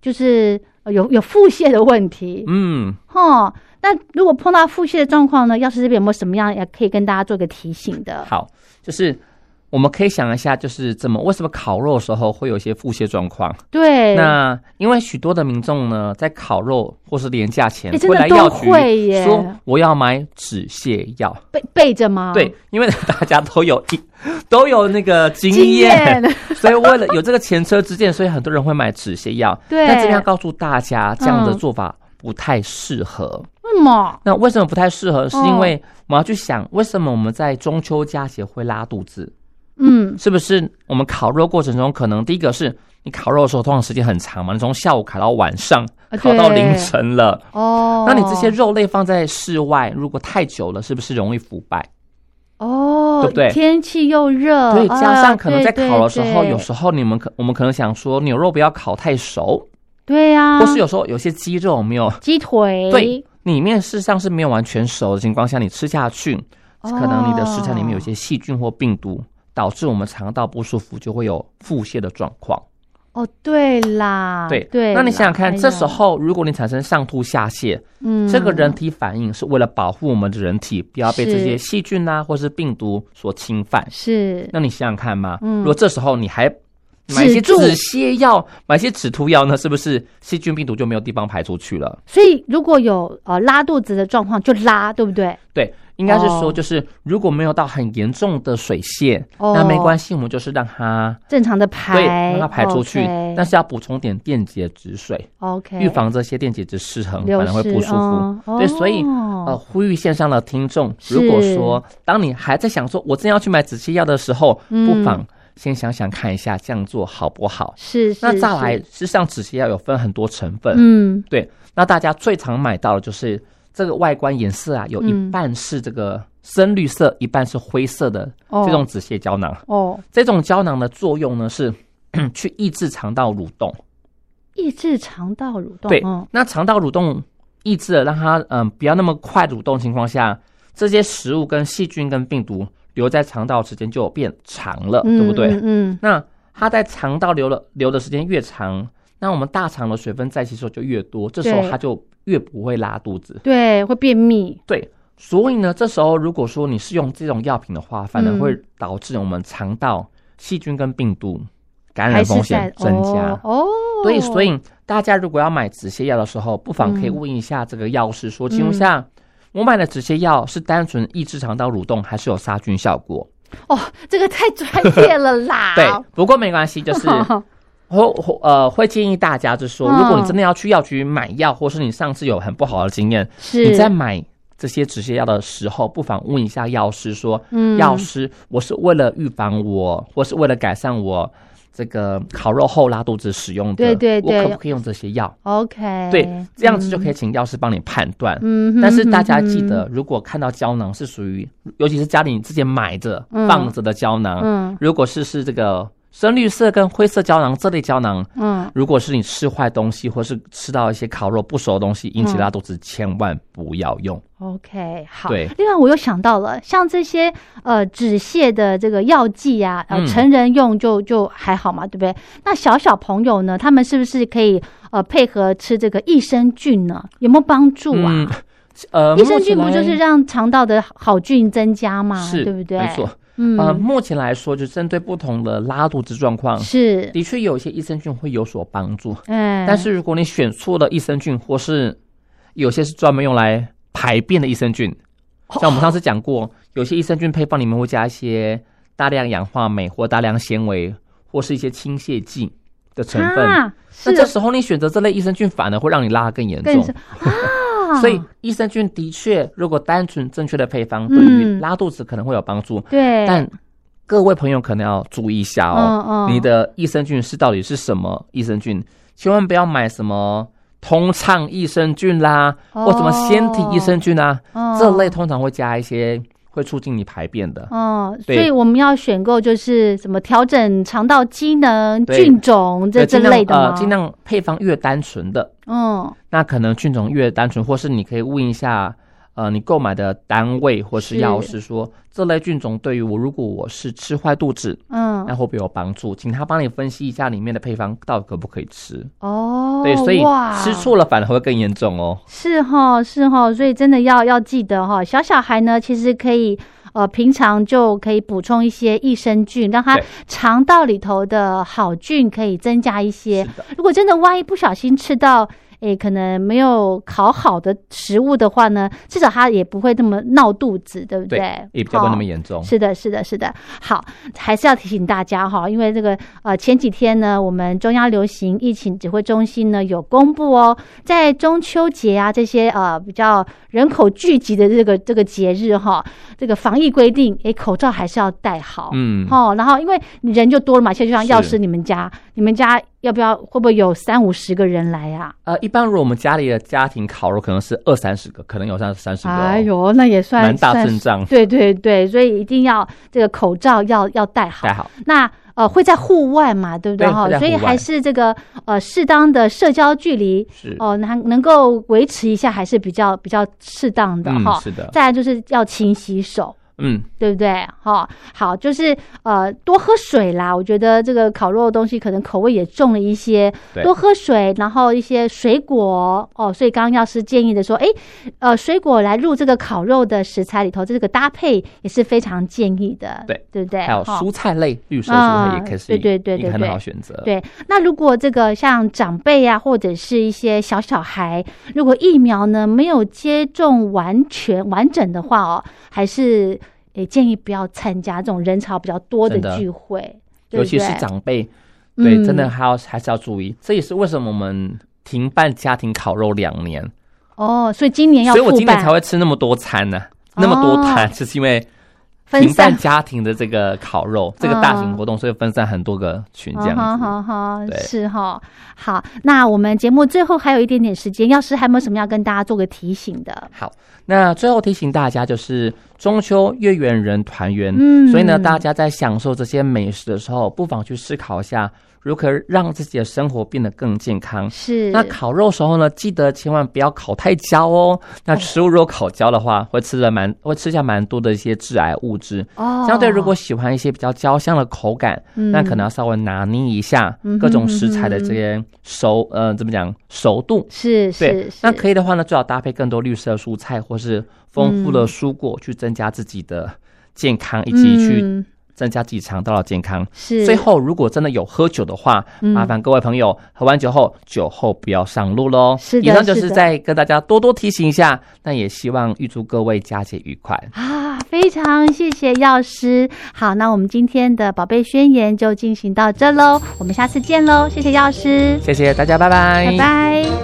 S2: 就是、呃有有腹泻的问题，
S3: 嗯，
S2: 哦。那如果碰到腹泻的状况呢，药师这边有没有什么样也可以跟大家做个提醒的？
S3: 好，就是我们可以想一下，就是怎么为什么烤肉的时候会有一些腹泻状况？
S2: 对，
S3: 那因为许多的民众呢，在烤肉或是廉价前
S2: 诶哎真
S3: 会
S2: 的
S3: 来
S2: 都
S3: 药局
S2: 会耶
S3: 说我要买止泻药。
S2: 背背着吗？
S3: 对， [LAUGHS] 因为大家都有一都有那个经
S2: 经
S3: 验 [LAUGHS]
S2: 验，，
S3: 所以为了有这个前车之鉴，所以很多人会买止泻药。
S2: [LAUGHS] 对，
S3: 那这边要告诉大家，这样的
S2: 嗯
S3: 做法不太适合。
S2: 为什么？
S3: 那为什么不太适合？是
S2: 哦
S3: 因为我们要去想，为什么我们在中秋佳节会拉肚子？
S2: 嗯，
S3: 是不是？我们烤肉过程中，可能第一个是你烤肉的时候，通常时间很长嘛，你从下午烤到晚上，
S2: 啊
S3: 烤到凌
S2: 对
S3: 晨了。
S2: 哦，
S3: 那你这些肉类放在室外，如果太久了，是不是容易腐败？
S2: 哦，
S3: 对不对
S2: 天气又热，
S3: 对，加上可能在
S2: 哦啊
S3: 烤的时候，有
S2: 候
S3: 时候你们可我们可能想说牛肉不要烤太熟，
S2: 对呀，
S3: 或是有时候有些鸡肉没有
S2: 鸡腿，
S3: 对，里面事实上是没有完全熟的情况下，你吃下去，
S2: 哦
S3: 可能你的食材里面有一些细菌或病毒，导致我们肠道不舒服，就会有腹泻的状况。
S2: 哦，对啦，
S3: 对
S2: 啊对啦，
S3: 那你想想看，
S2: 哎呀
S3: 这时，候如果你产生上吐下泻，
S2: 嗯，
S3: 这个人体反应是为了保护我们的人体不要被这些细菌啊或是病毒所侵犯。
S2: 是
S3: 那你想想看嘛，
S2: 嗯
S3: 如果这时候你还买一
S2: 止
S3: 些止
S2: 住
S3: 泻药、买一些止吐药呢，是不是细菌病毒就没有地方排出去了？
S2: 所以如果有呃拉肚子的状况，就拉，对不对？
S3: 对，应该是
S2: 哦
S3: 说，就是如果没有到很严重的水泻，
S2: 哦
S3: 那没关系，我们就是让它
S2: 正常的
S3: 对
S2: 排，
S3: 让它排出去
S2: OK，
S3: 但是要补充点电解质水，
S2: OK，
S3: 预防这些电解质失衡，
S2: 流
S3: 反而会不
S2: 失
S3: 舒服。
S2: 嗯
S3: 对所以
S2: 哦
S3: 呃，呼吁线上的听众，
S2: 是
S3: 如果说当你还在想说我真要去买止泻药的时候，
S2: 嗯
S3: 不妨先想想看一下这样做好不好。
S2: 是是，
S3: 那再来，呃
S2: 是，
S3: 事实上止泻药有分很多成分，
S2: 嗯，
S3: 对，那大家最常买到的就是这个外观颜色啊，有
S2: 嗯
S3: 一半是这个深绿色，一半是灰色的
S2: 哦
S3: 这种止泻胶囊。
S2: 哦，
S3: 这种胶囊的作用呢是 [CLEARS THROAT] 去抑制肠道蠕动。
S2: 抑制肠道蠕动，
S3: 对
S2: 嗯，
S3: 那肠道蠕动抑制了，让它嗯不要那么快蠕动的情况下，这些食物跟细菌跟病毒留在肠道时间就变长了，对不对？
S2: 嗯嗯，
S3: 那它在肠道留了留的时间越长，那我们大肠的水分再吸收就越多，这时候
S2: 对
S3: 它就越不会拉肚子。
S2: 对，会便秘，
S3: 对，所以呢，这时候如果说你是用这种药品的话，反
S2: 嗯
S3: 而会导致我们肠道细菌跟病毒感
S2: 还
S3: 染
S2: 是
S3: 风
S2: 在
S3: 险增加。
S2: 哦，哦
S3: 所以，所以大家如果要买止泻药的时候，不妨可以
S2: 嗯
S3: 问一下这个药师说：“请问一下，我买的止泻药是单纯抑制肠道蠕动，还是有杀菌效果
S2: 哦，这个太专业了？”啦，
S3: [LAUGHS] 对，不过没关系，就是
S2: [LAUGHS]
S3: 我我呃会建议大家，就是说，
S2: 嗯
S3: 如果你真的要去药局买药，或是你上次有很不好的经验，
S2: 是
S3: 你在买这些止泻药的时候，不妨问一下药师说：“
S2: 嗯
S3: 药师，我是为了预防我，或是为了改善我这个烤肉后拉肚子使用的，
S2: 对对对
S3: 我可不可以用这些药？”
S2: OK，
S3: 对，这样子就可以请药师帮你判断。
S2: 哎嗯嗯，嗯嗯哼
S3: 但是大家记，
S2: 哼
S3: 得，如果看到胶囊是属于，尤其是家里你自己买着、
S2: 嗯
S3: 放着的胶囊，
S2: 嗯
S3: 如果是是这个深绿色跟灰色胶囊这类胶囊，
S2: 嗯，
S3: 如果是你吃坏东西，或是吃到一些烤肉不熟的东西引
S2: 嗯
S3: 起拉肚子，千万不要用。
S2: OK，好。
S3: 对
S2: 另外我又想到了，像这些呃止泻的这个药剂呀、呃，
S3: 嗯
S2: 成人用就就还好嘛，对不对？那小小朋友呢，他们是不是可以呃配合吃这个益生菌呢？有没有帮助啊？
S3: 嗯， [LAUGHS] 呃，
S2: 益生菌不
S3: 目前
S2: 就
S3: 来
S2: 是让肠道的好菌增加嘛，
S3: 是
S2: 对不对？
S3: 没错。
S2: 嗯，
S3: 呃，目前来说，就针对不同的拉肚子状况，
S2: 是，
S3: 的确有一些益生菌会有所帮助。
S2: 哎，
S3: 但是如果你选错了益生菌，或是有些是专门用来排便的益生菌，
S2: 哦
S3: 像我们上次讲过，有些益生菌配方里面会加一些大量氧化镁或大量纤维，或是一些清泻剂的成分。
S2: 啊，是
S3: 那这时候你选择这类益生菌，反而会让你拉得更严
S2: 更
S3: 重
S2: 是。啊，
S3: 所以益生菌的确，如果单纯正确的配方，对于
S2: 嗯
S3: 拉肚子可能会有帮助，
S2: 对，
S3: 但。各位朋友可能要注意一下哦，
S2: 嗯嗯
S3: 你的益生菌是到底是什么益生菌？千万不要买什么通畅益生菌啦，
S2: 哦
S3: 或什么纤体益生菌啊，
S2: 嗯
S3: 这类通常会加一些会促进你排便的。
S2: 哦，所
S3: 对
S2: 以我们要选购就是什么调整肠道机能、
S3: 对
S2: 菌种这
S3: 对
S2: 这
S3: 尽量
S2: 类的吗？
S3: 呃，尽量配方越单纯的，
S2: 嗯，
S3: 那可能菌种越单纯，或是你可以问一下，呃，你购买的单位或是
S2: 是
S3: 药师说，这类菌种对于我，如果我是吃坏肚子，
S2: 嗯
S3: 那会不会有帮助？请他帮你分析一下里面的配方到底可不可以吃。
S2: 哦，
S3: 对，所以
S2: 哇
S3: 吃错了反而会更严重哦。
S2: 是哈是哈，所以真的要要记得哈，小小孩呢其实可以呃平常就可以补充一些益生菌，让他
S3: 对
S2: 肠道里头的好菌可以增加一些
S3: 是。的，
S2: 如果真的万一不小心吃到。诶，可能没有烤好的食物的话呢，至少他也不会那么闹肚子，对不
S3: 对，也比较不会
S2: 好
S3: 那么严重。
S2: 是的，是的，是的。好，还是要提醒大家哈，因为这个呃前几天呢，我们中央流行疫情指挥中心呢有公布哦，在中秋节啊这些呃比较人口聚集的这个这个节日哈，这个防疫规定，哎，口罩还是要戴好。
S3: 嗯，
S2: 哦，然后因为人就多了嘛，现在就像
S3: 是
S2: 药师你们家，你们家要不要会不会有三五十个人来啊呀、
S3: 呃，一般如果我们家里的家庭烤肉，可能是二三十个，可能有上三十个、哦，
S2: 哎，呦，那也算
S3: 蛮大
S2: 算
S3: 阵仗，
S2: 对对对，所以一定要这个口罩要要戴好。
S3: 还好，
S2: 那呃会在户外嘛，对不对
S3: 对
S2: 哈
S3: 会？在
S2: 所以
S3: 户外
S2: 还是这个呃适当的社交距离
S3: 是，
S2: 哦，能能够维持一下还是比较比较适当的
S3: 嗯，
S2: 哈。
S3: 是的，
S2: 再来就是要勤洗手。
S3: 嗯，
S2: 对不对？哈、好，就是呃，多喝水啦。我觉得这个烤肉的东西可能口味也重了一些，
S3: 对
S2: 多喝水，然后一些水果哦。所以刚刚药师建议的说，诶，呃，水果来入这个烤肉的食材里头，这个搭配也是非常建议的，
S3: 对
S2: 对不对？
S3: 还有
S2: 哈
S3: 蔬菜类，绿色蔬菜
S2: 啊
S3: 也可以是
S2: 对对对
S3: 一个很
S2: 对
S3: 好的选择，
S2: 对，那如果这个像长辈啊，或者是一些小小孩，如果疫苗呢没有接种完全完整的话哦，还是也建议不要参加这种人潮比较多
S3: 真的
S2: 聚会，对不
S3: 尤其是
S2: 对
S3: 长辈，对，真的
S2: 嗯
S3: 还要还是要注意，这也是为什么我们停办家庭烤肉两年，
S2: 哦。所以今年要
S3: 所以我
S2: 复
S3: 今年才
S2: 办，哦
S3: 会吃那么多餐呢、那么多盘， [LAUGHS] 就是因为
S2: 分
S3: 停
S2: 散啊
S3: 办家庭的这个烤肉，这个大型活动，所以分散很多个群这样
S2: 好
S3: 子。
S2: 好好，
S3: 对
S2: 是啊哈。好，那我们节目最后还有一点点时间，要是还有没有什么要跟大家做个提醒的？
S3: 好，那最后提醒大家，就是中秋月圆人团圆，
S2: 嗯
S3: 所以呢，大家在享受这些美食的时候，不妨去思考一下如何让自己的生活变得更健康。
S2: 是
S3: 那烤肉时候呢，记得千万不要烤太焦哦。那食物如果烤焦的话，会吃的蛮会吃下蛮多的一些致癌物质。
S2: 哦，
S3: 相对如果喜欢一些比较焦香的口感，
S2: 嗯
S3: 那可能要稍微拿捏一下
S2: 嗯哼
S3: 各种食材的这些熟呃怎么讲熟度。
S2: 是
S3: 对
S2: 是，是，
S3: 那可以的话呢，最好搭配更多绿色蔬菜或是丰富的蔬果，去增加自己的健康，以及去
S2: 嗯
S3: 增加自己肠道的健康。
S2: 是
S3: 最后，如果真的有喝酒的话，
S2: 嗯
S3: 麻烦各位朋友喝完酒后，酒后不要上路喽。
S2: 是的
S3: 以上就是是
S2: 的
S3: 在跟大家多多提醒一下，那也希望预祝各位佳节愉快。
S2: 啊，非常谢谢药师。好，那我们今天的宝贝宣言就进行到这喽，我们下次见喽，谢谢药师，
S3: 谢谢大家，拜拜，
S2: 拜拜